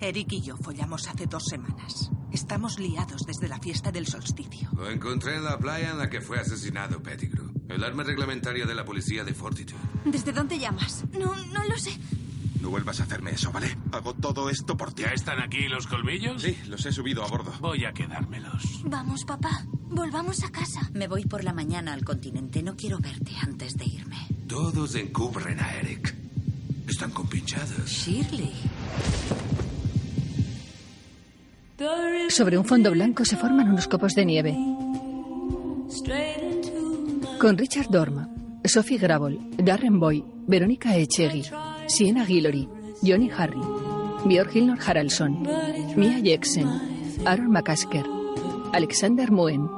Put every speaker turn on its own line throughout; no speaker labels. Eric y yo follamos hace dos semanas. Estamos liados desde la fiesta del solsticio.
Lo encontré en la playa en la que fue asesinado Pettigrew. El arma reglamentaria de la policía de Fortitude.
¿Desde dónde llamas? No, no lo sé.
No vuelvas a hacerme eso, ¿vale? Hago todo esto por ti.
¿Ya están aquí los colmillos?
Sí, los he subido a bordo.
Voy a quedármelos.
Vamos, papá. Volvamos a casa.
Me voy por la mañana al continente. No quiero verte antes de irme.
Todos encubren a Eric. Están compinchados.
Shirley.
Sobre un fondo blanco se forman unos copos de nieve. Con Richard Dorma, Sophie Gravel, Darren Boy, Verónica Echegui, Sienna Guillory, Johnny Harry, Björn Hilnor Haralson, Mia Jexen, Aaron McCasker, Alexander Muen,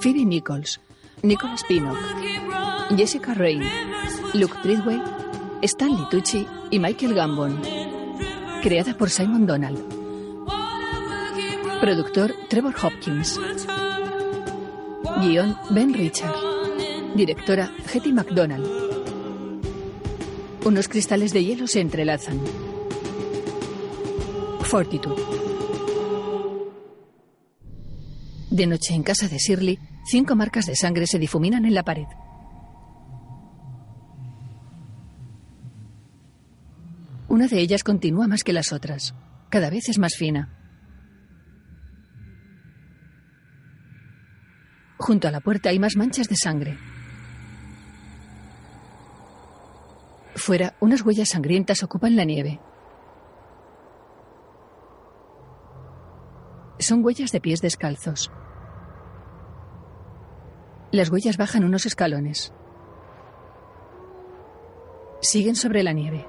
Phoebe Nichols, Nicholas Pinnock, Jessica Rain, Luke Treadway, Stanley Tucci y Michael Gambon. Creada por Simon Donald. Productor Trevor Hopkins. Guión Ben Richard. Directora Hetty McDonald. Unos cristales de hielo se entrelazan. Fortitud. De noche en casa de Shirley, cinco marcas de sangre se difuminan en la pared. Una de ellas continúa más que las otras. Cada vez es más fina. Junto a la puerta hay más manchas de sangre. Fuera, unas huellas sangrientas ocupan la nieve. Son huellas de pies descalzos. Las huellas bajan unos escalones. Siguen sobre la nieve.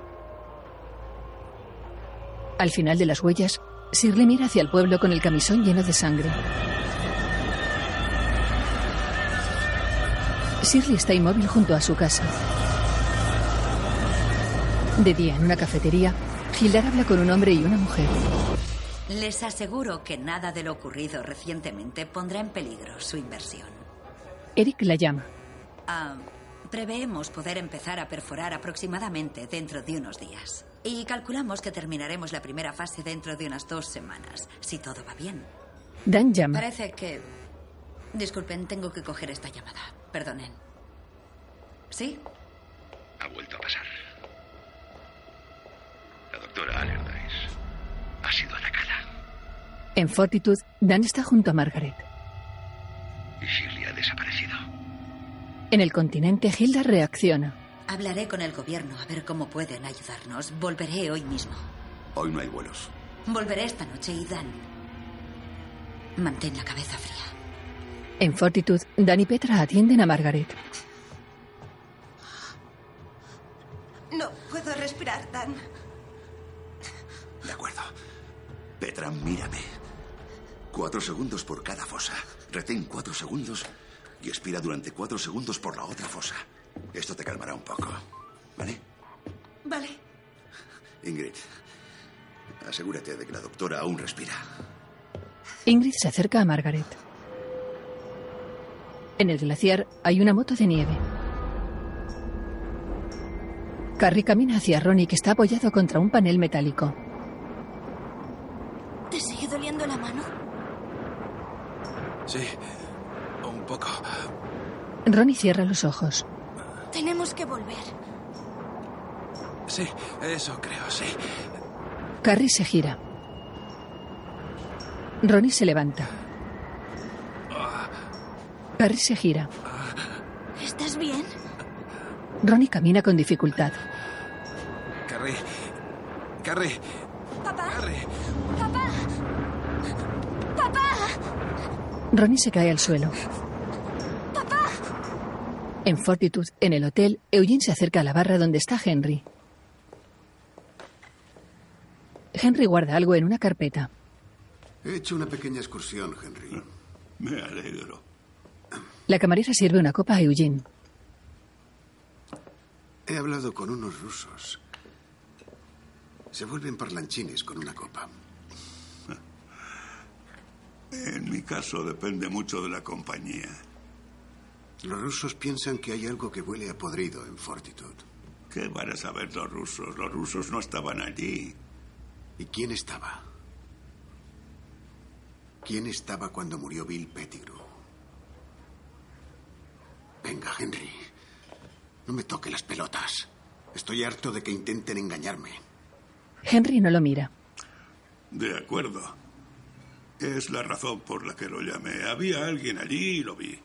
Al final de las huellas, Shirley mira hacia el pueblo con el camisón lleno de sangre. Shirley está inmóvil junto a su casa. De día, en una cafetería, Hildar habla con un hombre y una mujer.
Les aseguro que nada de lo ocurrido recientemente pondrá en peligro su inversión.
Eric la llama.
Ah, preveemos poder empezar a perforar aproximadamente dentro de unos días. Y calculamos que terminaremos la primera fase dentro de unas dos semanas, si todo va bien.
Dan llama.
Parece que... Disculpen, tengo que coger esta llamada. Perdonen. ¿Sí?
Ha vuelto a pasar. La doctora Allardyce ha sido atacada
En Fortitud, Dan está junto a Margaret.
y Shirley ha desaparecido.
En el continente, Hilda reacciona.
Hablaré con el gobierno a ver cómo pueden ayudarnos. Volveré hoy mismo.
Hoy no hay vuelos.
Volveré esta noche y Dan. Mantén la cabeza fría.
En Fortitud, Dan y Petra atienden a Margaret.
No puedo respirar, Dan.
De acuerdo. Petra, mírame. Cuatro segundos por cada fosa. Retén cuatro segundos y expira durante cuatro segundos por la otra fosa. Esto te calmará un poco. ¿Vale?
Vale.
Ingrid, asegúrate de que la doctora aún respira.
Ingrid se acerca a Margaret. En el glaciar hay una moto de nieve. Carrie camina hacia Ronnie, que está apoyado contra un panel metálico.
¿Te sigue doliendo la mano?
Sí, un poco.
Ronnie cierra los ojos.
Tenemos que volver.
Sí, eso creo, sí.
Carrie se gira. Ronnie se levanta.
Ah.
Carrie se gira.
¿Estás bien?
Ronnie camina con dificultad.
Carrie, Carrie,
Papá,
Carrie.
papá, papá,
Ronnie se cae al suelo.
papá.
En Fortitud, en el hotel, Eugene se acerca a la barra donde está Henry. Henry guarda algo en una carpeta.
He hecho una pequeña excursión, Henry.
Me alegro.
La camarera sirve una copa a Eugene.
He hablado con unos rusos. Se vuelven parlanchines con una copa.
En mi caso depende mucho de la compañía.
Los rusos piensan que hay algo que huele a podrido en Fortitud.
¿Qué van a saber los rusos? Los rusos no estaban allí.
¿Y quién estaba? ¿Quién estaba cuando murió Bill Pettigrew? Venga, Henry. No me toque las pelotas. Estoy harto de que intenten engañarme.
Henry no lo mira.
De acuerdo. Es la razón por la que lo llamé. Había alguien allí y lo vi.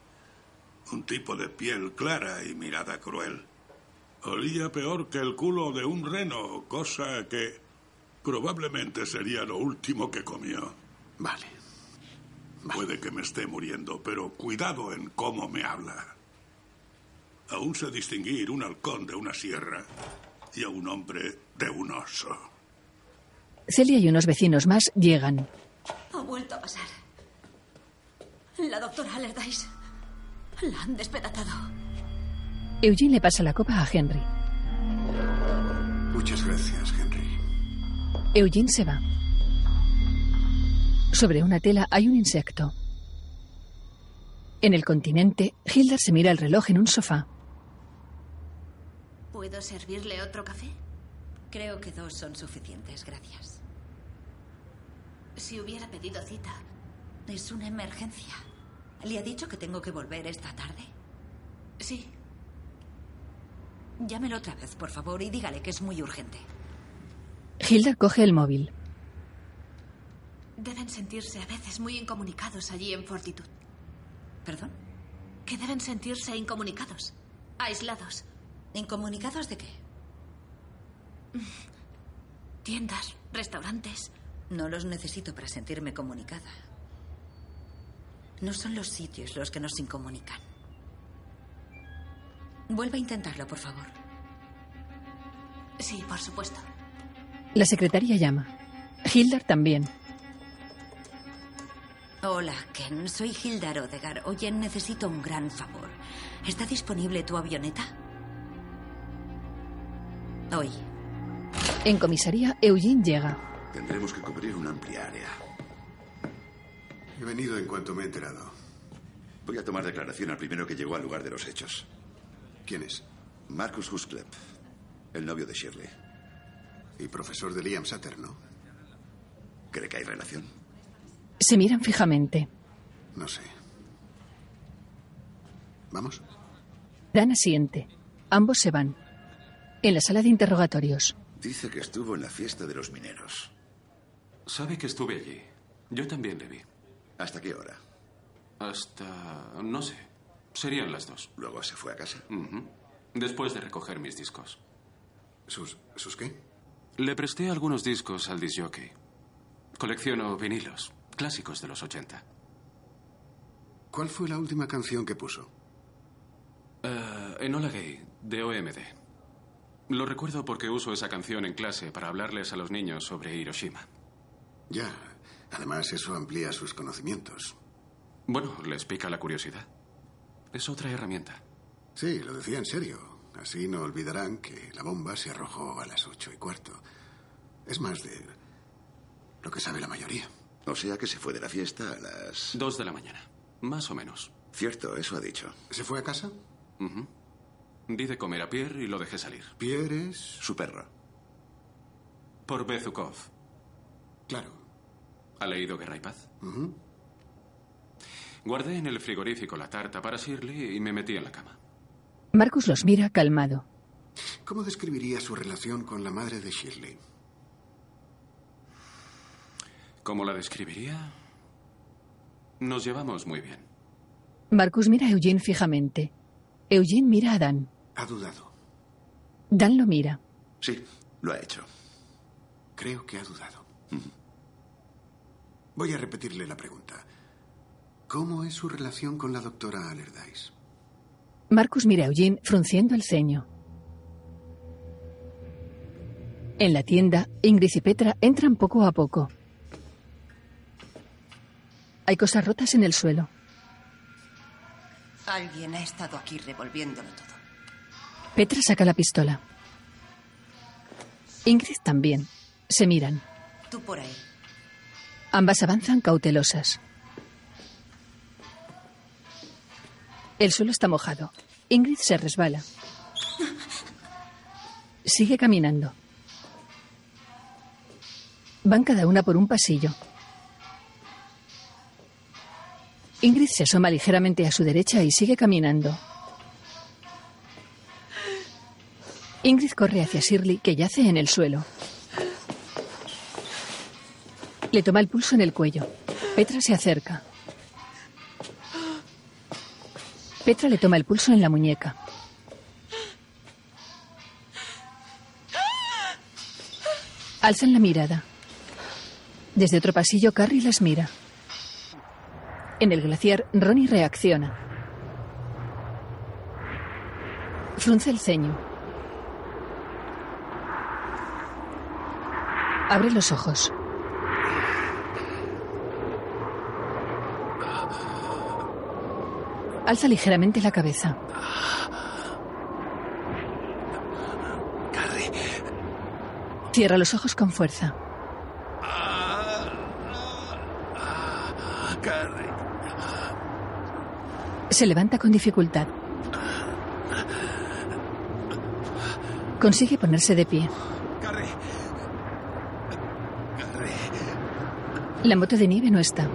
Un tipo de piel clara y mirada cruel. Olía peor que el culo de un reno, cosa que probablemente sería lo último que comió.
Vale.
Puede que me esté muriendo, pero cuidado en cómo me habla. Aún sé distinguir un halcón de una sierra y a un hombre de un oso.
Celia y unos vecinos más llegan.
Ha vuelto a pasar. La doctora Allardyce. La han despedazado.
Eugene le pasa la copa a Henry.
Muchas gracias, Henry.
Eugene se va. Sobre una tela hay un insecto. En el continente, Hilda se mira el reloj en un sofá.
¿Puedo servirle otro café? Creo que dos son suficientes, gracias.
Si hubiera pedido cita.
Es una emergencia. ¿Le ha dicho que tengo que volver esta tarde?
Sí.
Llámelo otra vez, por favor, y dígale que es muy urgente.
Hilda coge el móvil.
Deben sentirse a veces muy incomunicados allí en Fortitud.
¿Perdón?
Que deben sentirse incomunicados, aislados.
¿Incomunicados de qué?
Tiendas, restaurantes.
No los necesito para sentirme comunicada. No son los sitios los que nos incomunican. Vuelva a intentarlo, por favor.
Sí, por supuesto.
La secretaria llama. Hildar también.
Hola, Ken. Soy Hildar Odegar. Oye, necesito un gran favor. ¿Está disponible tu avioneta? Hoy.
En comisaría, Eugene llega.
Tendremos que cubrir una amplia área.
He venido en cuanto me he enterado.
Voy a tomar declaración al primero que llegó al lugar de los hechos.
¿Quién es?
Marcus Husklepp, el novio de Shirley.
Y profesor de Liam Sutter, ¿no?
¿Cree que hay relación?
Se miran fijamente.
No sé. ¿Vamos?
Dan asiente. Ambos se van. En la sala de interrogatorios.
Dice que estuvo en la fiesta de los mineros.
Sabe que estuve allí. Yo también le vi.
¿Hasta qué hora?
Hasta... no sé. Serían las dos.
Luego se fue a casa.
Uh -huh. Después de recoger mis discos.
¿Sus... sus qué?
Le presté algunos discos al disjockey. Colecciono vinilos, clásicos de los 80.
¿Cuál fue la última canción que puso?
Uh, Enola Gay, de OMD. Lo recuerdo porque uso esa canción en clase para hablarles a los niños sobre Hiroshima.
Ya, además eso amplía sus conocimientos.
Bueno, les pica la curiosidad. Es otra herramienta.
Sí, lo decía en serio. Así no olvidarán que la bomba se arrojó a las ocho y cuarto. Es más de lo que sabe la mayoría.
O sea que se fue de la fiesta a las...
Dos de la mañana, más o menos.
Cierto, eso ha dicho.
¿Se fue a casa?
Uh -huh. Di de comer a Pierre y lo dejé salir.
¿Pierre es...?
Su perro.
Por Bezukov.
Claro.
¿Ha leído Guerra y Paz?
Uh -huh.
Guardé en el frigorífico la tarta para Shirley y me metí en la cama.
Marcus los mira calmado.
¿Cómo describiría su relación con la madre de Shirley?
¿Cómo la describiría? Nos llevamos muy bien.
Marcus mira a Eugene fijamente. Eugene mira a Dan.
Ha dudado.
Dan lo mira.
Sí, lo ha hecho.
Creo que ha dudado. Mm -hmm. Voy a repetirle la pregunta. ¿Cómo es su relación con la doctora Allardyce?
Marcus mira a Eugene frunciendo el ceño. En la tienda, Ingrid y Petra entran poco a poco. Hay cosas rotas en el suelo.
Alguien ha estado aquí revolviéndolo todo.
Petra saca la pistola. Ingrid también. Se miran.
Tú por ahí.
Ambas avanzan cautelosas. El suelo está mojado. Ingrid se resbala. Sigue caminando. Van cada una por un pasillo. Ingrid se asoma ligeramente a su derecha y sigue caminando. Ingrid corre hacia Shirley, que yace en el suelo. Le toma el pulso en el cuello. Petra se acerca. Petra le toma el pulso en la muñeca. Alzan la mirada. Desde otro pasillo, Carrie las mira. En el glaciar, Ronnie reacciona. Frunce el ceño. Abre los ojos. Alza ligeramente la cabeza. Cierra los ojos con fuerza.
Ah,
Se levanta con dificultad. Consigue ponerse de pie. La moto de nieve no está.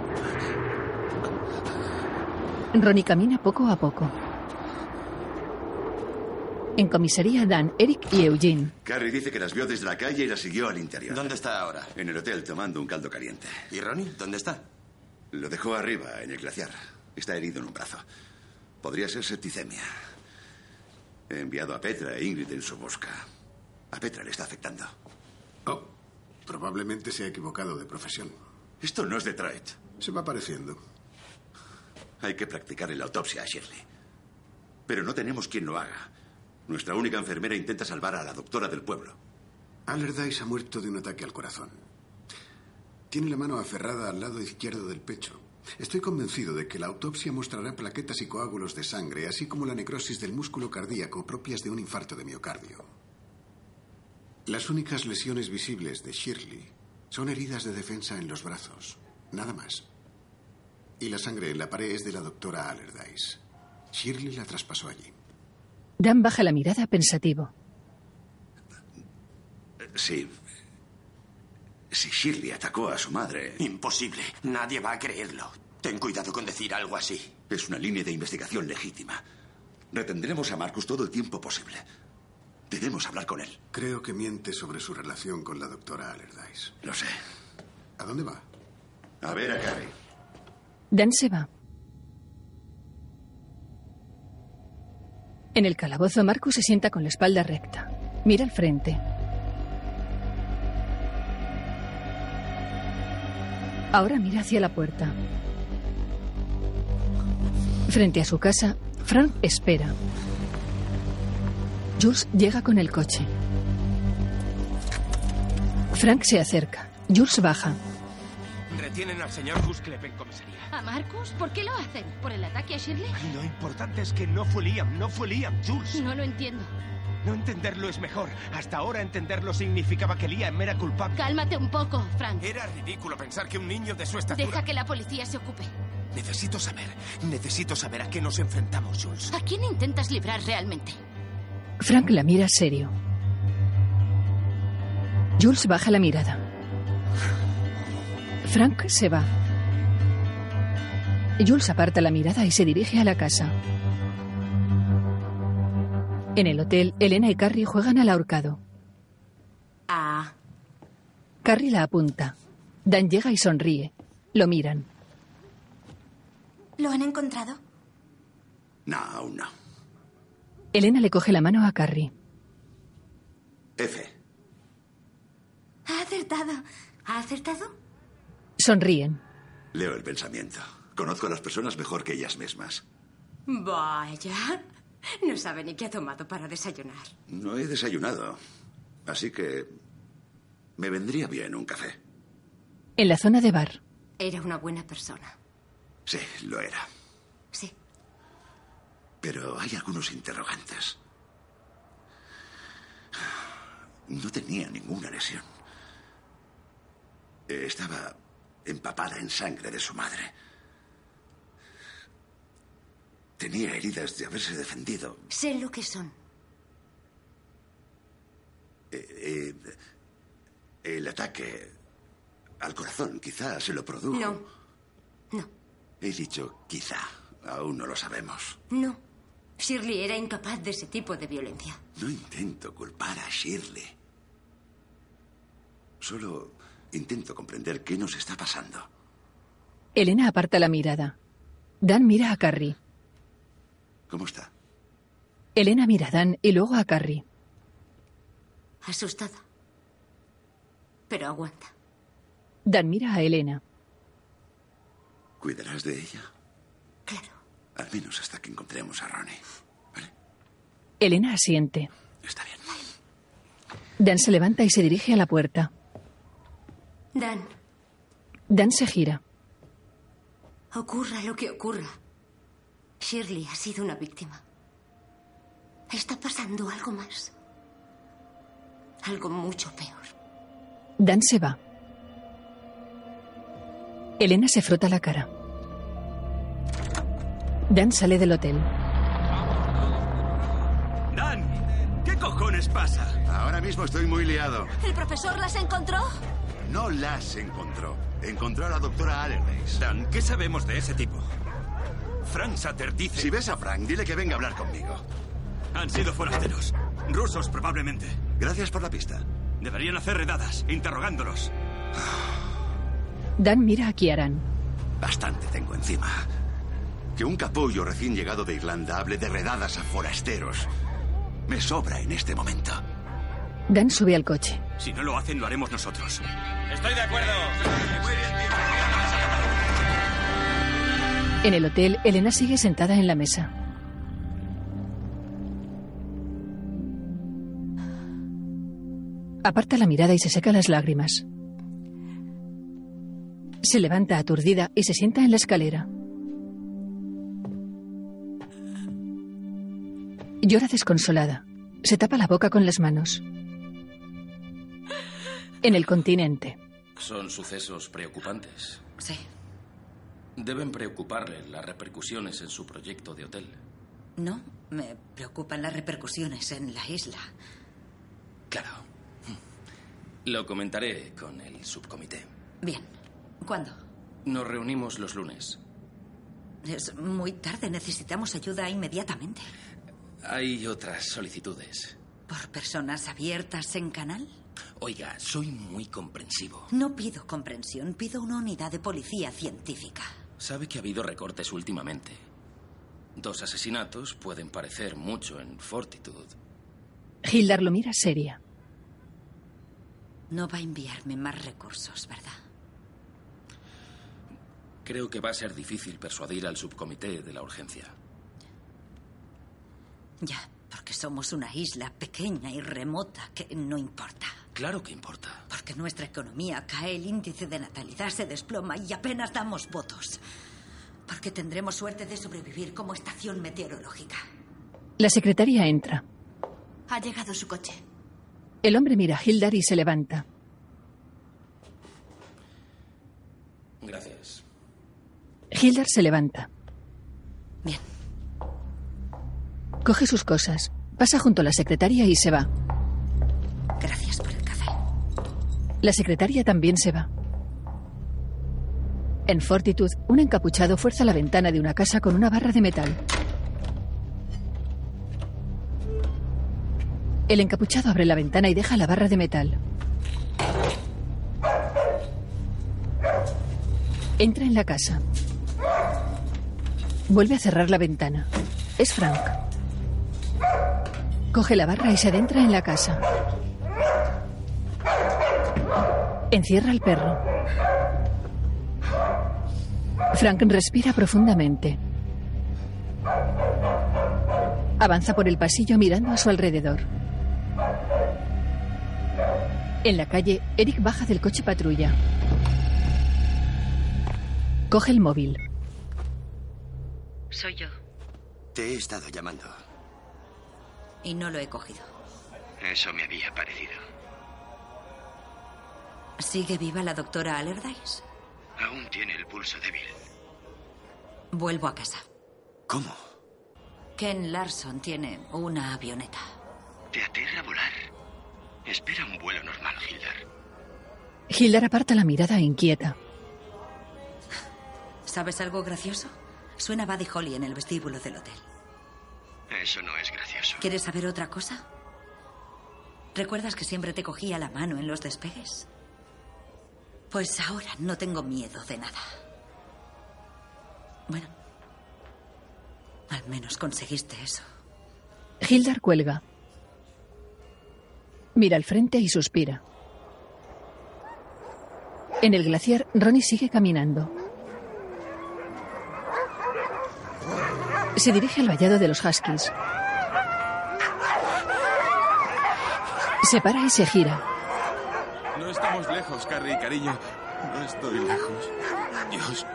Ronnie camina poco a poco. En comisaría dan Eric y Eugene.
Carrie dice que las vio desde la calle y las siguió al interior. ¿Dónde está ahora? En el hotel tomando un caldo caliente. ¿Y Ronnie? ¿Dónde está? Lo dejó arriba, en el glaciar. Está herido en un brazo. Podría ser septicemia. He enviado a Petra e Ingrid en su busca. A Petra le está afectando.
Oh, probablemente se ha equivocado de profesión.
Esto no es Detroit.
Se va pareciendo.
Hay que practicar en la autopsia a Shirley. Pero no tenemos quien lo haga. Nuestra única enfermera intenta salvar a la doctora del pueblo.
Allardyce ha muerto de un ataque al corazón. Tiene la mano aferrada al lado izquierdo del pecho. Estoy convencido de que la autopsia mostrará plaquetas y coágulos de sangre, así como la necrosis del músculo cardíaco propias de un infarto de miocardio. Las únicas lesiones visibles de Shirley son heridas de defensa en los brazos, nada más. Y la sangre en la pared es de la doctora Allardyce. Shirley la traspasó allí.
Dan baja la mirada pensativo.
Sí. Si Shirley atacó a su madre.
Imposible. Nadie va a creerlo. Ten cuidado con decir algo así.
Es una línea de investigación legítima. Retendremos a Marcus todo el tiempo posible. Debemos hablar con él.
Creo que miente sobre su relación con la doctora Allardyce.
Lo sé.
¿A dónde va?
A ver a Carrie.
Dan se va. En el calabozo, Marcus se sienta con la espalda recta. Mira al frente. Ahora mira hacia la puerta. Frente a su casa, Frank espera. Jules llega con el coche. Frank se acerca. Jules baja.
Retienen al señor Husklep en comisaría.
¿A Marcus? ¿Por qué lo hacen? ¿Por el ataque a Shirley?
Lo importante es que no fue Liam, no fue Liam, Jules.
No lo entiendo.
No entenderlo es mejor. Hasta ahora entenderlo significaba que Liam era culpable.
Cálmate un poco, Frank.
Era ridículo pensar que un niño de su estatura...
Deja que la policía se ocupe.
Necesito saber, necesito saber a qué nos enfrentamos, Jules.
¿A quién intentas librar realmente?
Frank la mira serio. Jules baja la mirada. Frank se va. Jules aparta la mirada y se dirige a la casa. En el hotel, Elena y Carrie juegan al ahorcado.
Ah,
Carrie la apunta. Dan llega y sonríe. Lo miran.
¿Lo han encontrado?
No, aún no.
Elena le coge la mano a Carrie.
F.
Ha acertado. ¿Ha acertado?
Sonríen.
Leo el pensamiento. Conozco a las personas mejor que ellas mismas.
Vaya. No sabe ni qué ha tomado para desayunar.
No he desayunado. Así que... Me vendría bien un café.
En la zona de bar,
Era una buena persona.
Sí, lo era.
Sí.
Pero hay algunos interrogantes. No tenía ninguna lesión. Eh, Estaba empapada en sangre de su madre. Tenía heridas de haberse defendido.
Sé lo que son.
Eh, eh, el ataque al corazón. Quizá se lo produjo.
No. No.
He dicho quizá. Aún no lo sabemos.
No. Shirley era incapaz de ese tipo de violencia.
No intento culpar a Shirley. Solo intento comprender qué nos está pasando.
Elena aparta la mirada. Dan mira a Carrie.
¿Cómo está?
Elena mira a Dan y luego a Carrie.
Asustada. Pero aguanta.
Dan mira a Elena.
¿Cuidarás de ella?
Claro.
Al menos hasta que encontremos a Ronnie.
Elena asiente.
Está bien.
Dan se levanta y se dirige a la puerta.
Dan,
Dan se gira.
ocurra lo que ocurra. Shirley ha sido una víctima. Está pasando algo más. Algo mucho peor.
Dan se va. Elena se frota la cara. Dan sale del hotel.
Dan, ¿qué cojones pasa?
Ahora mismo estoy muy liado.
¿El profesor las encontró?
No las encontró. Encontró a la doctora Allardyce.
Dan, ¿qué sabemos de ese tipo? Frank Sutter dice...
Si ves a Frank, dile que venga a hablar conmigo.
Han sido forasteros. Rusos, probablemente.
Gracias por la pista.
Deberían hacer redadas, interrogándolos.
Dan mira a Kiaran.
Bastante tengo encima. Que un capullo recién llegado de Irlanda hable de redadas a forasteros. Me sobra en este momento.
Dan sube al coche.
Si no lo hacen, lo haremos nosotros.
Estoy de acuerdo.
En el hotel, Elena sigue sentada en la mesa. Aparta la mirada y se seca las lágrimas. Se levanta aturdida y se sienta en la escalera. Llora desconsolada. Se tapa la boca con las manos. En el continente.
Son sucesos preocupantes.
Sí.
Deben preocuparle las repercusiones en su proyecto de hotel.
No, me preocupan las repercusiones en la isla.
Claro. Lo comentaré con el subcomité.
Bien. ¿Cuándo?
Nos reunimos los lunes.
Es muy tarde. Necesitamos ayuda inmediatamente.
Hay otras solicitudes.
¿Por personas abiertas en canal?
Oiga, soy muy comprensivo.
No pido comprensión, pido una unidad de policía científica.
Sabe que ha habido recortes últimamente. Dos asesinatos pueden parecer mucho en Fortitud.
Hildar lo mira seria.
No va a enviarme más recursos, ¿verdad?
Creo que va a ser difícil persuadir al subcomité de la urgencia.
Ya, porque somos una isla pequeña y remota que no importa.
Claro que importa.
Porque nuestra economía cae, el índice de natalidad se desploma y apenas damos votos. Porque tendremos suerte de sobrevivir como estación meteorológica.
La secretaria entra.
Ha llegado su coche.
El hombre mira a Hildar y se levanta.
Gracias.
Hildar se levanta.
Bien.
Coge sus cosas, pasa junto a la secretaria y se va.
Gracias por el café.
La secretaria también se va. En Fortitud, un encapuchado fuerza la ventana de una casa con una barra de metal. El encapuchado abre la ventana y deja la barra de metal. Entra en la casa. Vuelve a cerrar la ventana. Es Frank. Coge la barra y se adentra en la casa. Encierra al perro. Frank respira profundamente. Avanza por el pasillo mirando a su alrededor. En la calle, Eric baja del coche patrulla. Coge el móvil.
Soy yo.
Te he estado llamando.
Y no lo he cogido.
Eso me había parecido.
¿Sigue viva la doctora Allardyce?
Aún tiene el pulso débil.
Vuelvo a casa.
¿Cómo?
Ken Larson tiene una avioneta.
¿Te aterra volar? Espera un vuelo normal, Hildar.
Hildar aparta la mirada e inquieta.
¿Sabes algo gracioso? Suena Buddy Holly en el vestíbulo del hotel.
Eso no es gracioso.
¿Quieres saber otra cosa? ¿Recuerdas que siempre te cogía la mano en los despegues? Pues ahora no tengo miedo de nada. Bueno, al menos conseguiste eso.
Hildar cuelga. Mira al frente y suspira. En el glaciar, Ronnie sigue caminando. Se dirige al vallado de los Huskies. Se para y se gira.
No estamos lejos, Carrie, cariño. No estoy lejos. Dios.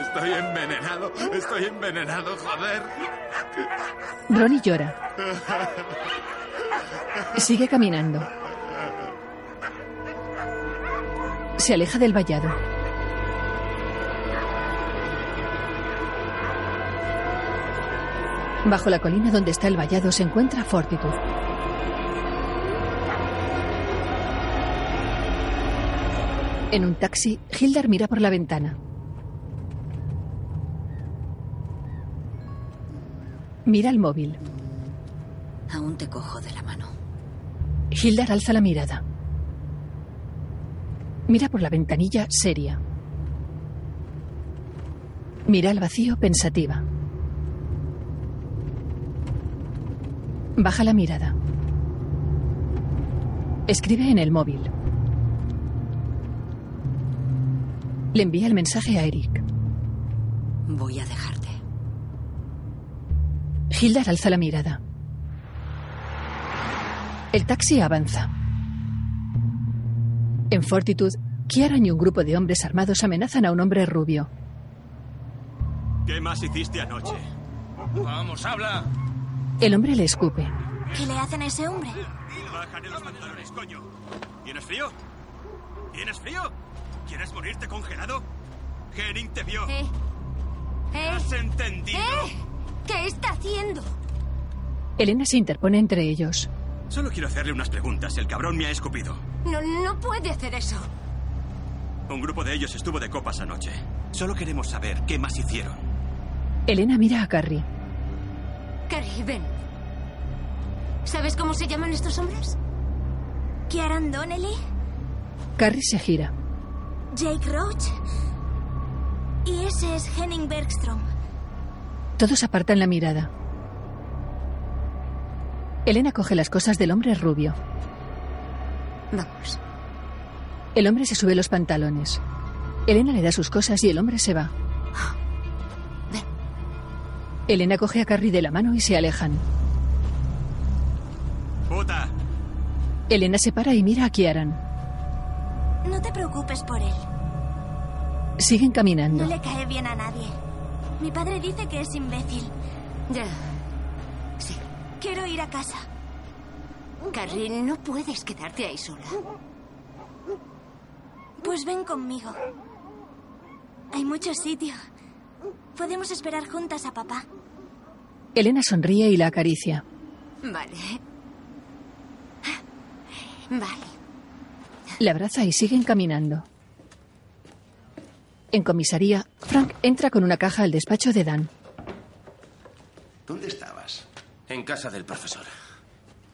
Estoy envenenado. Estoy envenenado, joder.
Ronnie llora. Sigue caminando. Se aleja del vallado. Bajo la colina donde está el vallado se encuentra Fortitude. En un taxi, Hildar mira por la ventana. Mira el móvil.
Aún te cojo de la mano.
Hildar alza la mirada. Mira por la ventanilla seria. Mira al vacío pensativa. Baja la mirada. Escribe en el móvil. Le envía el mensaje a Eric.
Voy a dejarte.
Hildar alza la mirada. El taxi avanza. En Fortitud, Kiaran y un grupo de hombres armados amenazan a un hombre rubio.
¿Qué más hiciste anoche?
Vamos, habla.
El hombre le escupe.
¿Qué le hacen a ese hombre?
Bájale los pantalones, coño. ¿Tienes frío? ¿Tienes frío? ¿Quieres morirte congelado? Henning te vio.
¿Eh? ¿Eh?
¿Has entendido?
¿Eh? ¿Qué está haciendo?
Elena se interpone entre ellos.
Solo quiero hacerle unas preguntas. El cabrón me ha escupido.
No, no puede hacer eso.
Un grupo de ellos estuvo de copas anoche. Solo queremos saber qué más hicieron.
Elena mira a Carrie.
Carrie, ven. ¿Sabes cómo se llaman estos hombres? Kieran Donnelly,
Carrie se gira.
Jake Roach y ese es Henning Bergstrom.
Todos apartan la mirada. Elena coge las cosas del hombre rubio.
Vamos.
El hombre se sube los pantalones. Elena le da sus cosas y el hombre se va. Elena coge a Carrie de la mano y se alejan.
¡Puta!
Elena se para y mira a Kiaran.
No te preocupes por él.
Siguen
No
caminando.
le cae bien a nadie. Mi padre dice que es imbécil.
Ya.
Sí. Quiero ir a casa.
Carrie, no puedes quedarte ahí sola.
Pues ven conmigo. Hay mucho sitio. Podemos esperar juntas a papá.
Elena sonríe y la acaricia.
Vale. Vale.
La abraza y siguen caminando. En comisaría, Frank entra con una caja al despacho de Dan.
¿Dónde estabas?
En casa del profesor.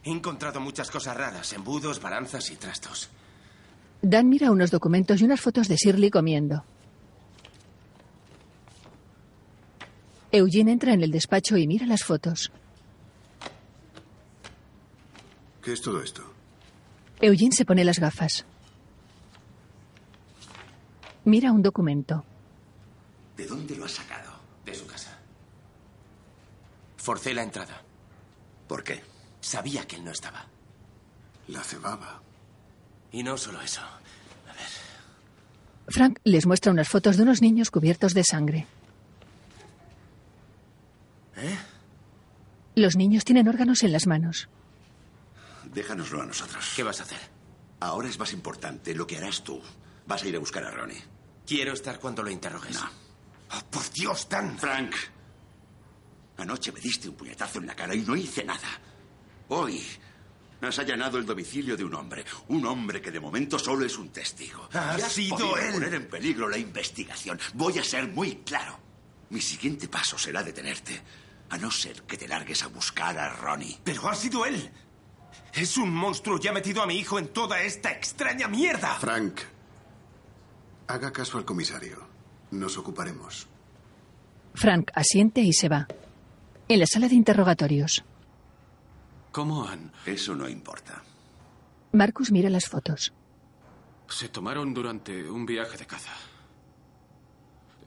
He encontrado muchas cosas raras, embudos, balanzas y trastos.
Dan mira unos documentos y unas fotos de Shirley comiendo. Eugene entra en el despacho y mira las fotos.
¿Qué es todo esto?
Eugene se pone las gafas. Mira un documento.
¿De dónde lo has sacado? De su casa. Forcé la entrada.
¿Por qué?
Sabía que él no estaba.
La cebaba.
Y no solo eso.
Frank les muestra unas fotos de unos niños cubiertos de sangre.
¿Eh?
Los niños tienen órganos en las manos.
Déjanoslo a nosotros.
¿Qué vas a hacer?
Ahora es más importante lo que harás tú. Vas a ir a buscar a Ronnie.
Quiero estar cuando lo interrogues. Oh, por Dios, Dan.
Frank. Anoche me diste un puñetazo en la cara y no hice nada. Hoy Has allanado el domicilio de un hombre. Un hombre que de momento solo es un testigo.
Ha
Y has
sido
podido
él.
poner en peligro la investigación. Voy a ser muy claro. Mi siguiente paso será detenerte. A no ser que te largues a buscar a Ronnie.
Pero ha sido él. Es un monstruo y ha metido a mi hijo en toda esta extraña mierda.
Frank, haga caso al comisario. Nos ocuparemos.
Frank asiente y se va. En la sala de interrogatorios,
¿Cómo han...?
Eso no importa.
Marcus mira las fotos.
Se tomaron durante un viaje de caza.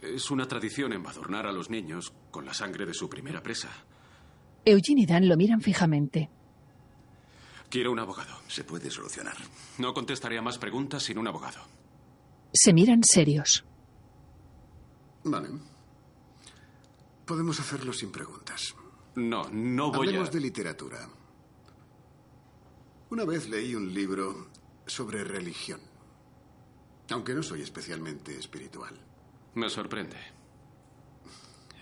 Es una tradición embadurnar a los niños con la sangre de su primera presa.
Eugene y Dan lo miran fijamente.
Quiero un abogado.
Se puede solucionar.
No contestaré a más preguntas sin un abogado.
Se miran serios.
Vale. Podemos hacerlo sin preguntas.
No, no voy
Hablemos
a...
de literatura. Una vez leí un libro sobre religión. Aunque no soy especialmente espiritual.
Me sorprende.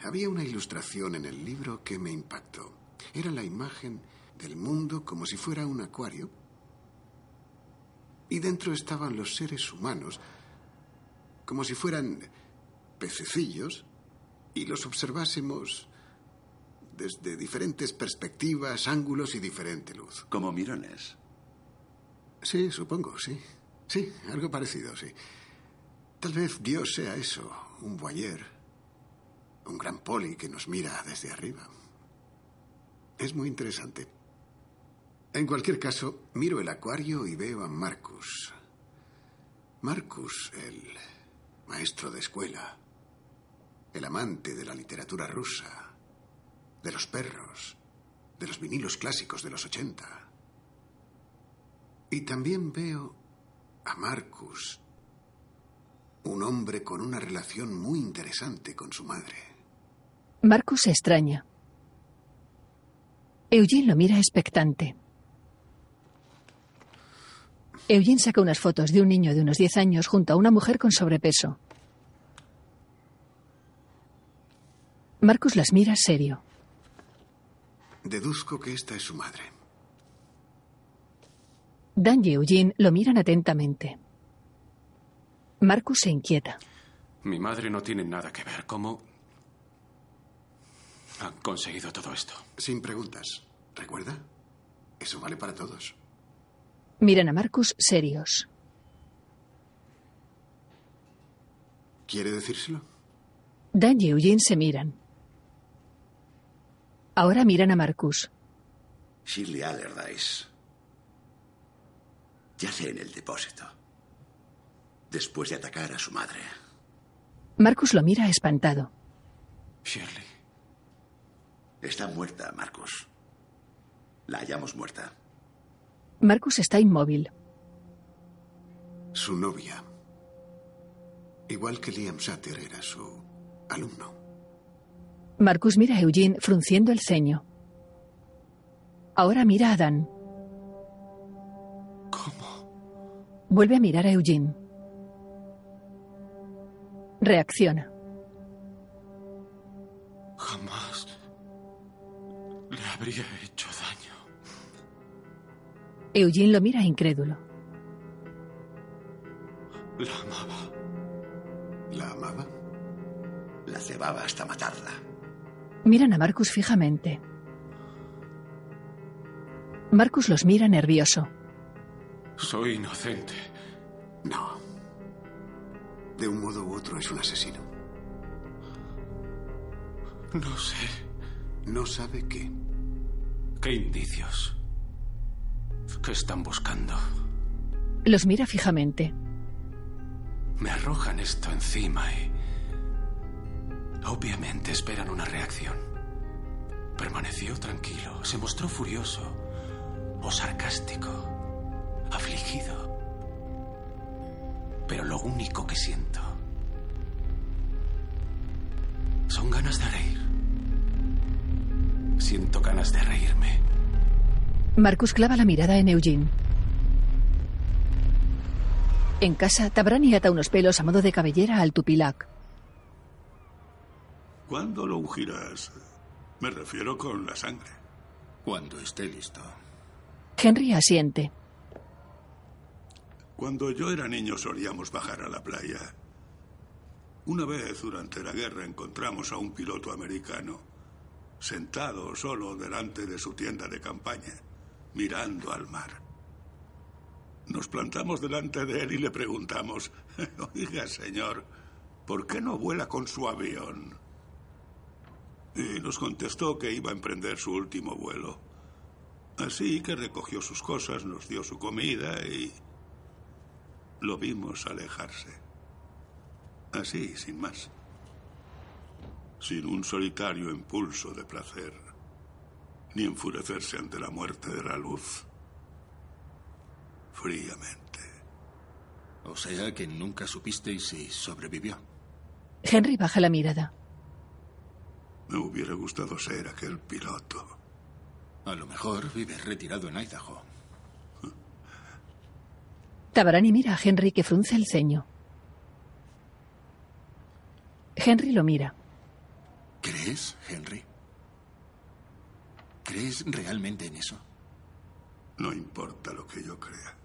Había una ilustración en el libro que me impactó. Era la imagen del mundo como si fuera un acuario. Y dentro estaban los seres humanos, como si fueran pececillos, y los observásemos desde diferentes perspectivas, ángulos y diferente luz.
Como mirones.
Sí, supongo, sí. Sí, algo parecido, sí. Tal vez Dios sea eso, un boyer, un gran poli que nos mira desde arriba. Es muy interesante. En cualquier caso, miro el acuario y veo a Marcus. Marcus, el maestro de escuela, el amante de la literatura rusa, de los perros, de los vinilos clásicos de los 80. Y también veo a Marcus, un hombre con una relación muy interesante con su madre.
Marcus se extraña. Eugene lo mira expectante. Eugene saca unas fotos de un niño de unos 10 años junto a una mujer con sobrepeso. Marcus las mira serio.
Deduzco que esta es su madre.
Dan y Eugene lo miran atentamente. Marcus se inquieta.
Mi madre no tiene nada que ver. ¿Cómo han conseguido todo esto?
Sin preguntas, ¿recuerda? Eso vale para todos.
Miran a Marcus serios.
¿Quiere decírselo?
Dan y Eugene se miran. Ahora miran a Marcus.
Shirley Allardyce yace en el depósito. Después de atacar a su madre.
Marcus lo mira espantado.
Shirley.
Está muerta, Marcus. La hallamos muerta.
Marcus está inmóvil.
Su novia. Igual que Liam Satter era su alumno.
Marcus mira a Eugene frunciendo el ceño. Ahora mira a Dan. ¿Cómo? Vuelve a mirar a Eugene. Reacciona.
Jamás le habría hecho daño.
Eugene lo mira incrédulo.
La amaba.
¿La amaba?
La cebaba hasta matarla.
Miran a Marcus fijamente. Marcus los mira nervioso.
Soy inocente.
No. De un modo u otro es un asesino.
No sé.
No sabe qué.
¿Qué indicios? ¿Qué están buscando?
Los mira fijamente.
Me arrojan esto encima y... Obviamente esperan una reacción. Permaneció tranquilo, se mostró furioso o sarcástico, afligido. Pero lo único que siento son ganas de reír. Siento ganas de reírme.
Marcus clava la mirada en Eugene. En casa, Tabrani ata unos pelos a modo de cabellera al tupilac.
¿Cuándo lo ungirás? Me refiero con la sangre. Cuando esté listo.
Henry asiente.
Cuando yo era niño solíamos bajar a la playa. Una vez durante la guerra encontramos a un piloto americano sentado solo delante de su tienda de campaña, mirando al mar. Nos plantamos delante de él y le preguntamos, oiga señor, ¿por qué no vuela con su avión? Y nos contestó que iba a emprender su último vuelo. Así que recogió sus cosas, nos dio su comida y lo vimos alejarse. Así, sin más. Sin un solitario impulso de placer, ni enfurecerse ante la muerte de la luz. Fríamente.
O sea que nunca supisteis si sobrevivió.
Henry baja la mirada.
Me hubiera gustado ser aquel piloto.
A lo mejor vive retirado en Idaho.
Tabarani mira a Henry que frunce el ceño. Henry lo mira.
¿Crees, Henry? ¿Crees realmente en eso?
No importa lo que yo crea.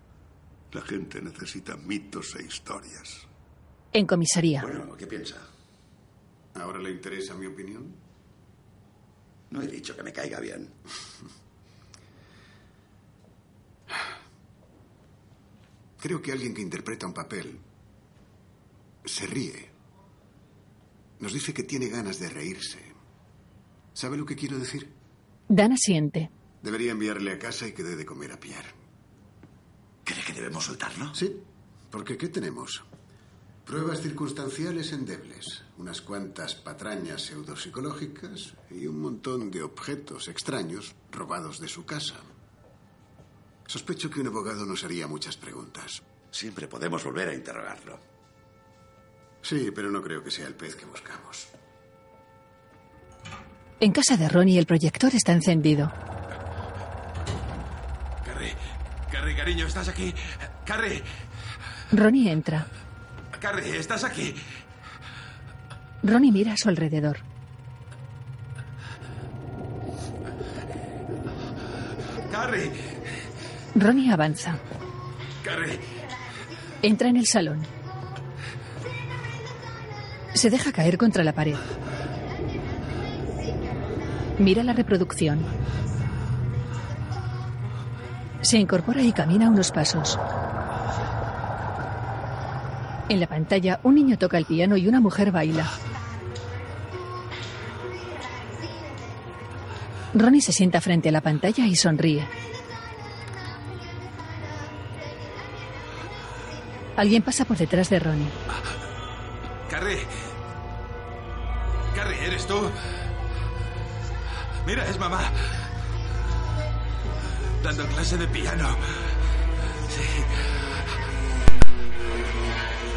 La gente necesita mitos e historias.
En comisaría.
Bueno, ¿qué piensa?
¿Ahora le interesa mi opinión?
No he dicho que me caiga bien.
Creo que alguien que interpreta un papel se ríe. Nos dice que tiene ganas de reírse. ¿Sabe lo que quiero decir?
Dan asiente.
Debería enviarle a casa y que dé de comer a Pierre.
¿Cree que debemos soltarlo?
Sí, porque ¿qué tenemos? Pruebas circunstanciales endebles, unas cuantas patrañas pseudopsicológicas y un montón de objetos extraños robados de su casa. Sospecho que un abogado nos haría muchas preguntas.
Siempre podemos volver a interrogarlo.
Sí, pero no creo que sea el pez que buscamos.
En casa de Ronnie el proyector está encendido.
Carrie, Carrie, cariño, ¿estás aquí? Carrie,
Ronnie entra.
Carrie, ¿estás aquí?
Ronnie mira a su alrededor.
Carrie,
Ronnie avanza.
Carrie,
Entra en el salón. Se deja caer contra la pared. Mira la reproducción. Se incorpora y camina unos pasos. En la pantalla, un niño toca el piano y una mujer baila. Ronnie se sienta frente a la pantalla y sonríe. Alguien pasa por detrás de Ronnie.
Carrie. Carrie, ¿eres tú? Mira, es mamá. Dando clase de piano.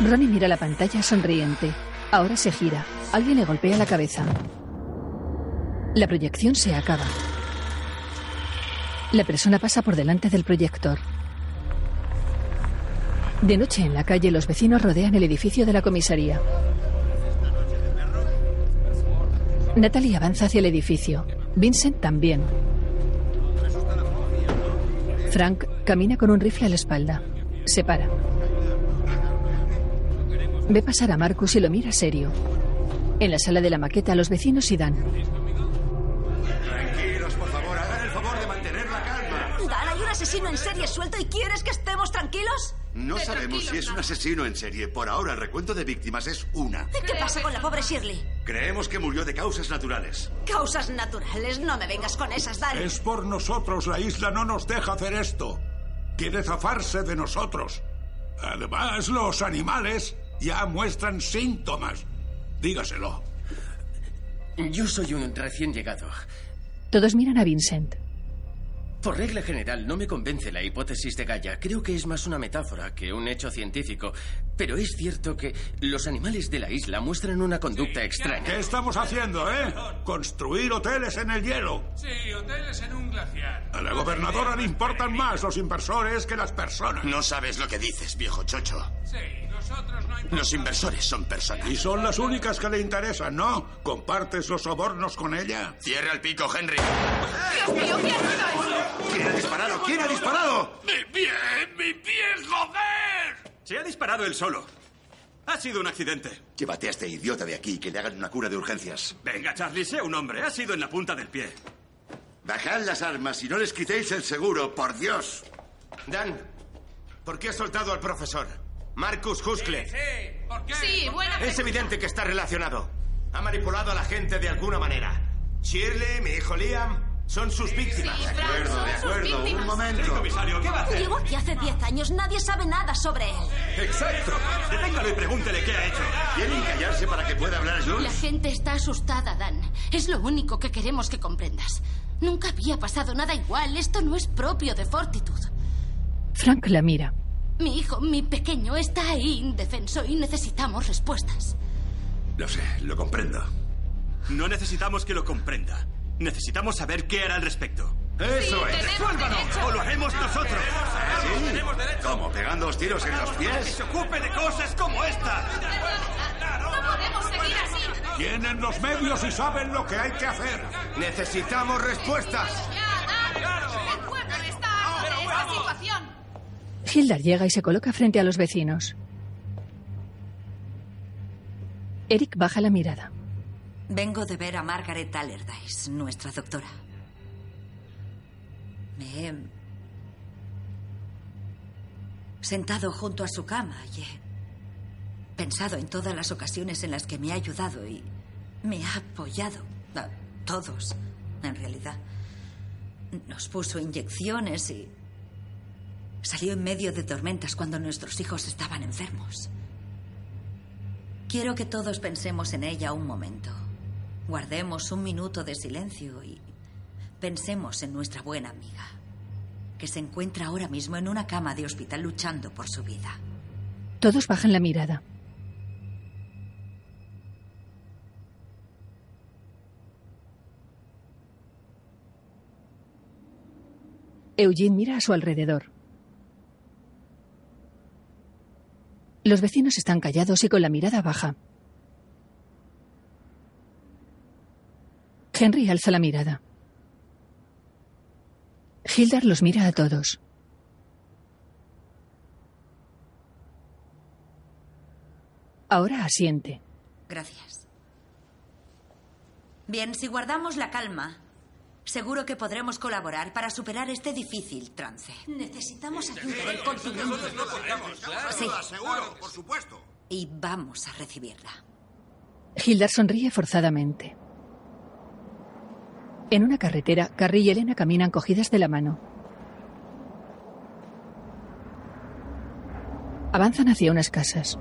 Ronnie mira la pantalla sonriente. Ahora se gira. Alguien le golpea la cabeza. La proyección se acaba. La persona pasa por delante del proyector. De noche en la calle los vecinos rodean el edificio de la comisaría. Natalie avanza hacia el edificio. Vincent también. Frank camina con un rifle a la espalda. Se para. Ve pasar a Marcus y lo mira serio. En la sala de la maqueta los vecinos y dan.
Tranquilos, por favor, hagan el favor de mantener la calma.
Dan, hay un asesino en serie suelto y quieres que estemos tranquilos.
No
De tranquilos,
sabemos si es un
nada.
asesino en serie. Por ahora, el recuento de víctimas es una.
¿Qué pasa con la pobre Shirley?
Creemos que murió de causas naturales.
Causas naturales, no me vengas con esas, Dan.
Es por nosotros, la isla no nos deja hacer esto. Quiere zafarse de nosotros. Además, los animales ya muestran síntomas. Dígaselo.
Yo soy un recién llegado.
Todos miran a Vincent.
Por regla general, no me convence la hipótesis de Gaia. Creo que es más una metáfora que un hecho científico. Pero es cierto que los animales de la isla muestran una conducta extraña.
¿Qué estamos haciendo, eh? Construir hoteles en el hielo.
Sí, hoteles en un glaciar.
A la gobernadora le importan más los inversores que las personas.
No sabes lo que dices, viejo chocho.
Sí, nosotros no importa.
Los inversores son personas.
Y son las únicas que le interesan, ¿no? ¿Compartes los sobornos con ella?
Cierra el pico, Henry.
¿Quién ha disparado? ¿Quién ha disparado?
disparado él solo. Ha sido un accidente.
Llévate a este idiota de aquí y que le hagan una cura de urgencias.
Venga, Charlie, sea un hombre. Ha sido en la punta del pie.
Bajad las armas y no les quitéis el seguro, por Dios.
Dan, ¿por qué has soltado al profesor? Marcus Huskle.
Sí, ¿por qué?
Sí, buena
Es evidente que está relacionado. Ha manipulado a la gente de alguna manera. Shirley, mi hijo Liam, son sus víctimas.
De acuerdo, son de sus acuerdo. víctimas. Un
momento. comisario, ¿qué va a hacer?
Llegó aquí hace 10 años, nadie sabe nada sobre él.
Exacto.
Deténgalo y pregúntele qué ha hecho.
¿Quieren callarse para que pueda hablar Jules?
La gente está asustada, Dan. Es lo único que queremos que comprendas. Nunca había pasado nada igual. Esto no es propio de Fortitud.
Frank la mira.
Mi hijo, mi pequeño, está ahí indefenso y necesitamos respuestas.
Lo sé, lo comprendo.
No necesitamos que lo comprenda. Necesitamos saber qué hará al respecto.
Eso
es.
¡Resuélvanos!
derecho.
¡O lo haremos nosotros!
¿Sí? ¿Cómo? ¿Pegando los tiros en los
¡Que
pies?
se ocupe de cosas como esta!
No podemos seguir así.
Tienen los medios y saben lo que hay que hacer.
Necesitamos respuestas.
Ya, Dan. El pueblo está harto de esta situación.
Hildar llega y se coloca frente a los vecinos. Eric baja la mirada.
Vengo de ver a Margaret Allardyce, nuestra doctora. Me he sentado junto a su cama y he pensado en todas las ocasiones en las que me ha ayudado y me ha apoyado. A todos, en realidad. Nos puso inyecciones y salió en medio de tormentas cuando nuestros hijos estaban enfermos. Quiero que todos pensemos en ella un momento. Guardemos un minuto de silencio y pensemos en nuestra buena amiga, que se encuentra ahora mismo en una cama de hospital luchando por su vida.
Todos bajan la mirada. Eugene mira a su alrededor. Los vecinos están callados y con la mirada baja. Henry alza la mirada. Hildar los mira a todos. Ahora asiente.
Gracias. Bien, si guardamos la calma, seguro que podremos colaborar para superar este difícil trance.
Necesitamos ayuda del continente.
Nosotros no podemos,
¿eh?
claro.
Sí.
Seguro, por supuesto.
Y vamos a recibirla.
Hildar sonríe forzadamente. En una carretera, Carrie y Elena caminan cogidas de la mano. Avanzan hacia unas casas.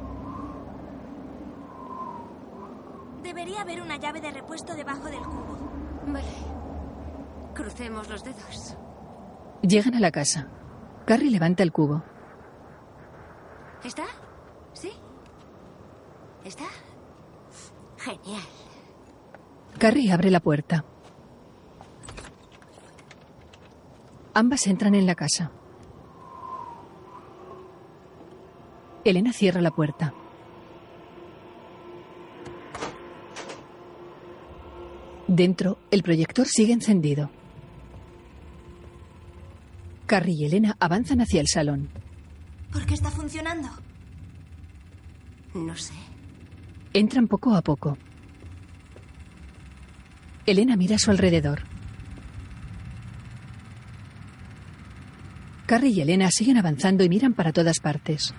Debería haber una llave de repuesto debajo del cubo.
Vale. Crucemos los dedos.
Llegan a la casa. Carrie levanta el cubo.
¿Está? ¿Sí? ¿Está?
Genial.
Carrie abre la puerta. Ambas entran en la casa. Elena cierra la puerta. Dentro, el proyector sigue encendido. Carrie y Elena avanzan hacia el salón.
¿Por qué está funcionando?
No sé.
Entran poco a poco. Elena mira a su alrededor. Carrie y Elena siguen avanzando y miran para todas partes.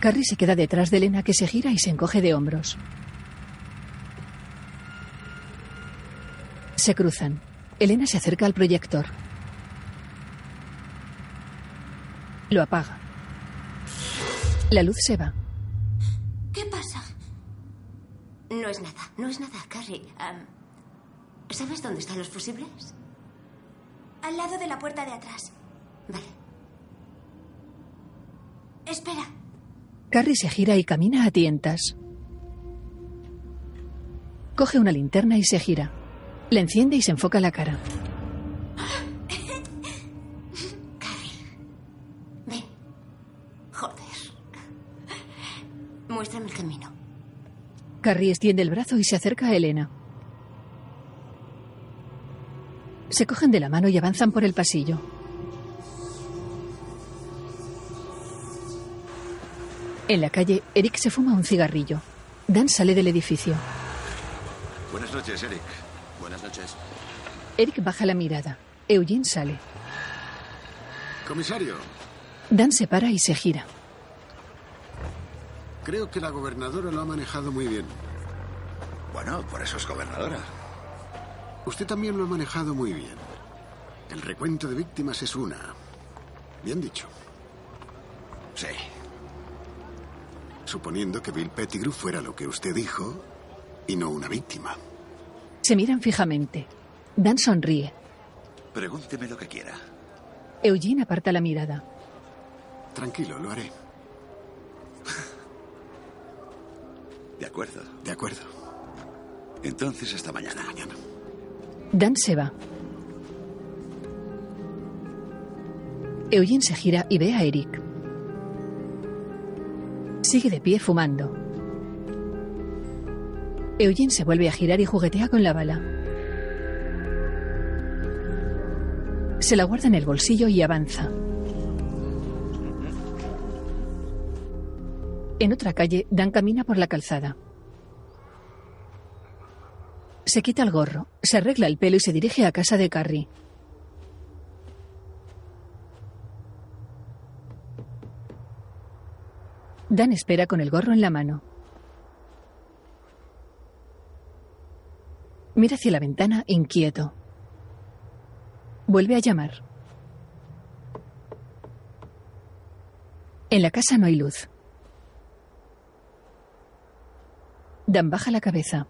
Carrie se queda detrás de Elena que se gira y se encoge de hombros. Se cruzan. Elena se acerca al proyector. Lo apaga. La luz se va.
¿Qué pasa?
No es nada, no es nada, Carrie. Am, ¿Sabes dónde están los fusibles?
Al lado de la puerta de atrás.
Vale.
Espera.
Carrie se gira y camina a tientas. Coge una linterna y se gira. La enciende y se enfoca la cara.
Carrie. Ven. Joder. Muéstrame el camino.
Carrie extiende el brazo y se acerca a Elena. Se cogen de la mano y avanzan por el pasillo. En la calle, Eric se fuma un cigarrillo. Dan sale del edificio.
Buenas noches, Eric.
Buenas noches.
Eric baja la mirada. Eugene sale.
Comisario,
Dan se para y se gira.
creo que la gobernadora lo ha manejado muy bien.
Bueno, por eso es gobernadora.
Usted también lo ha manejado muy bien. El recuento de víctimas es una. Bien dicho.
Sí.
Suponiendo que Bill Pettigrew fuera lo que usted dijo y no una víctima.
Se miran fijamente. Dan sonríe.
Pregúnteme lo que quiera.
Eugene aparta la mirada.
Tranquilo, lo haré.
De acuerdo.
De acuerdo.
Entonces, hasta mañana. mañana.
Dan se va. Eugene se gira y ve a Eric. Sigue de pie fumando. Eugene se vuelve a girar y juguetea con la bala. Se la guarda en el bolsillo y avanza. En otra calle, Dan camina por la calzada. Se quita el gorro, se arregla el pelo y se dirige a casa de Carrie. Dan espera con el gorro en la mano. Mira hacia la ventana, inquieto. Vuelve a llamar. En la casa no hay luz. Dan baja la cabeza.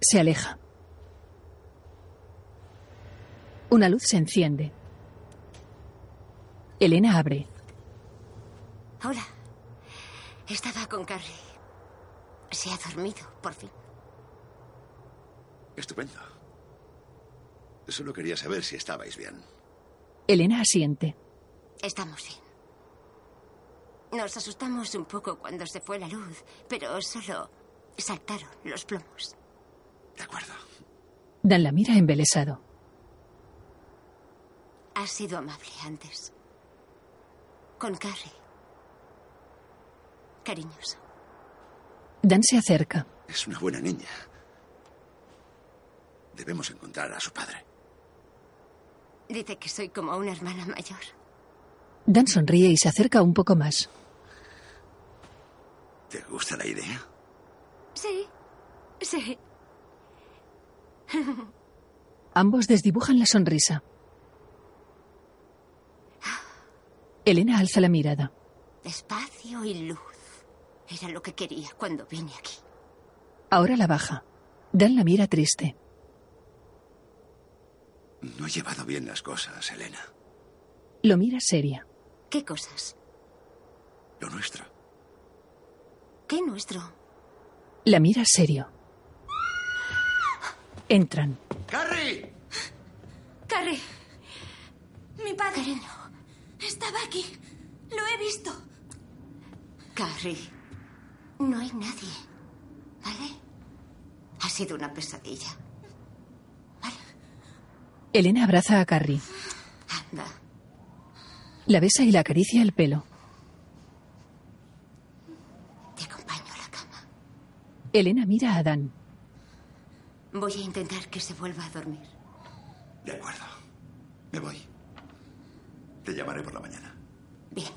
Se aleja. Una luz se enciende. Elena abre.
Hola. Estaba con Carrie. Se ha dormido, por fin.
Estupendo. Solo quería saber si estabais bien.
Elena asiente.
Estamos bien. Nos asustamos un poco cuando se fue la luz, pero solo saltaron los plomos.
Dan la mira embelesado.
Has sido amable antes. Con Carrie. Cariñoso.
Dan se acerca.
Es una buena niña. Debemos encontrar a su padre.
Dice que soy como una hermana mayor.
Dan sonríe y se acerca un poco más.
¿Te gusta la idea?
Sí. Sí.
Ambos desdibujan la sonrisa. Elena alza la mirada.
Espacio y luz. Era lo que quería cuando vine aquí.
Ahora la baja. Dan la mira triste.
No he llevado bien las cosas, Elena.
Lo mira seria.
¿Qué cosas?
Lo nuestro.
¿Qué nuestro?
La mira serio. Entran.
¡Carrie!
Carrie, mi padre. Estaba aquí. Lo he visto.
Carrie, no hay nadie. ¿Vale? Ha sido una pesadilla.
Elena abraza a Carrie.
Anda.
La besa y la acaricia el pelo.
Te acompaño a la cama.
Elena mira a Dan.
Voy a intentar que se vuelva a dormir.
De acuerdo. Me voy. Te llamaré por la mañana.
Bien.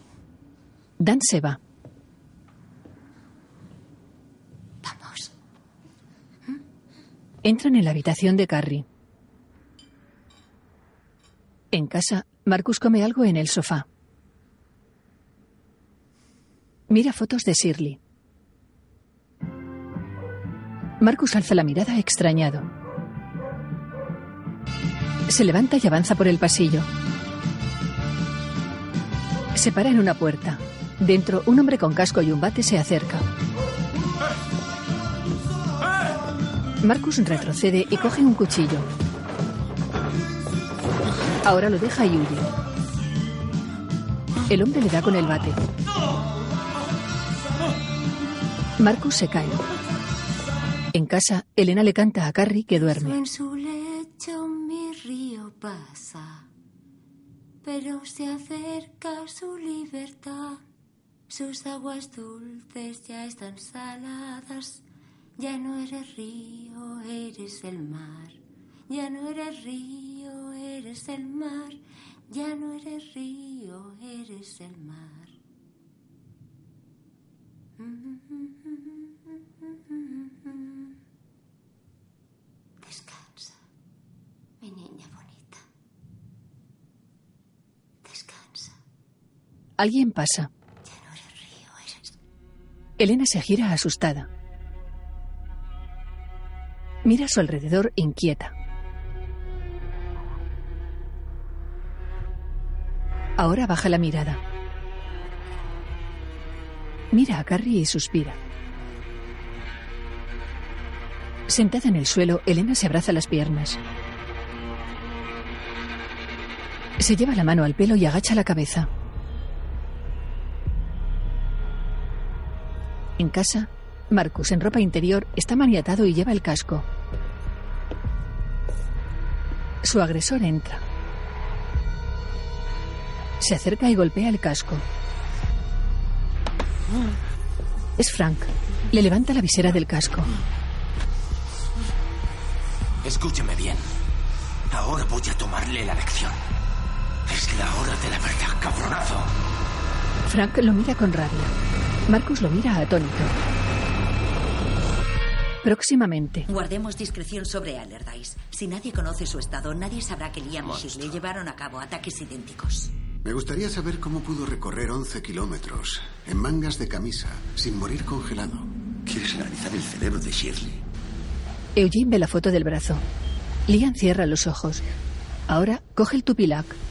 Dan se va.
Vamos.
Entran en la habitación de Carrie. En casa, Marcus come algo en el sofá. Mira fotos de Shirley. Marcus alza la mirada extrañado. Se levanta y avanza por el pasillo. Se para en una puerta. Dentro, un hombre con casco y un bate se acerca. Marcus retrocede y coge un cuchillo. Ahora lo deja y huye. El hombre le da con el bate. Marcus se cae. En casa, Elena le canta a Carrie que duerme.
En su lecho mi río pasa. pero se acerca su libertad. Sus aguas dulces ya están saladas. Ya no eres río, eh. eres el mar. Ya no eres río, eres el mar. Ya no eres río, eres el mar. Mm, mm.
Descansa, mi niña bonita. Descansa.
Alguien pasa. Elena se gira asustada. Mira a su alrededor inquieta. Ahora baja la mirada. Mira a Carrie y suspira. Sentada en el suelo, Elena se abraza las piernas. Se lleva la mano al pelo y agacha la cabeza. En casa, Marcus, en ropa interior, está maniatado y lleva el casco. Su agresor entra. Se acerca y golpea el casco. Es Frank. Le levanta la visera del casco.
Escúchame bien. Ahora voy a tomarle la lección. Es la hora de la verdad, cabronazo.
Frank lo mira con rabia. Marcus lo mira atónito. Próximamente,
Guardemos discreción sobre Allardyce. Si nadie conoce su estado, nadie sabrá que Liam y le llevaron a cabo ataques idénticos.
Me gustaría saber cómo pudo recorrer 11 kilómetros en mangas de camisa sin morir congelado.
¿Quieres analizar el cerebro de Shirley?
Eugene ve la foto del brazo. Liam cierra los ojos. Ahora coge el tupilac,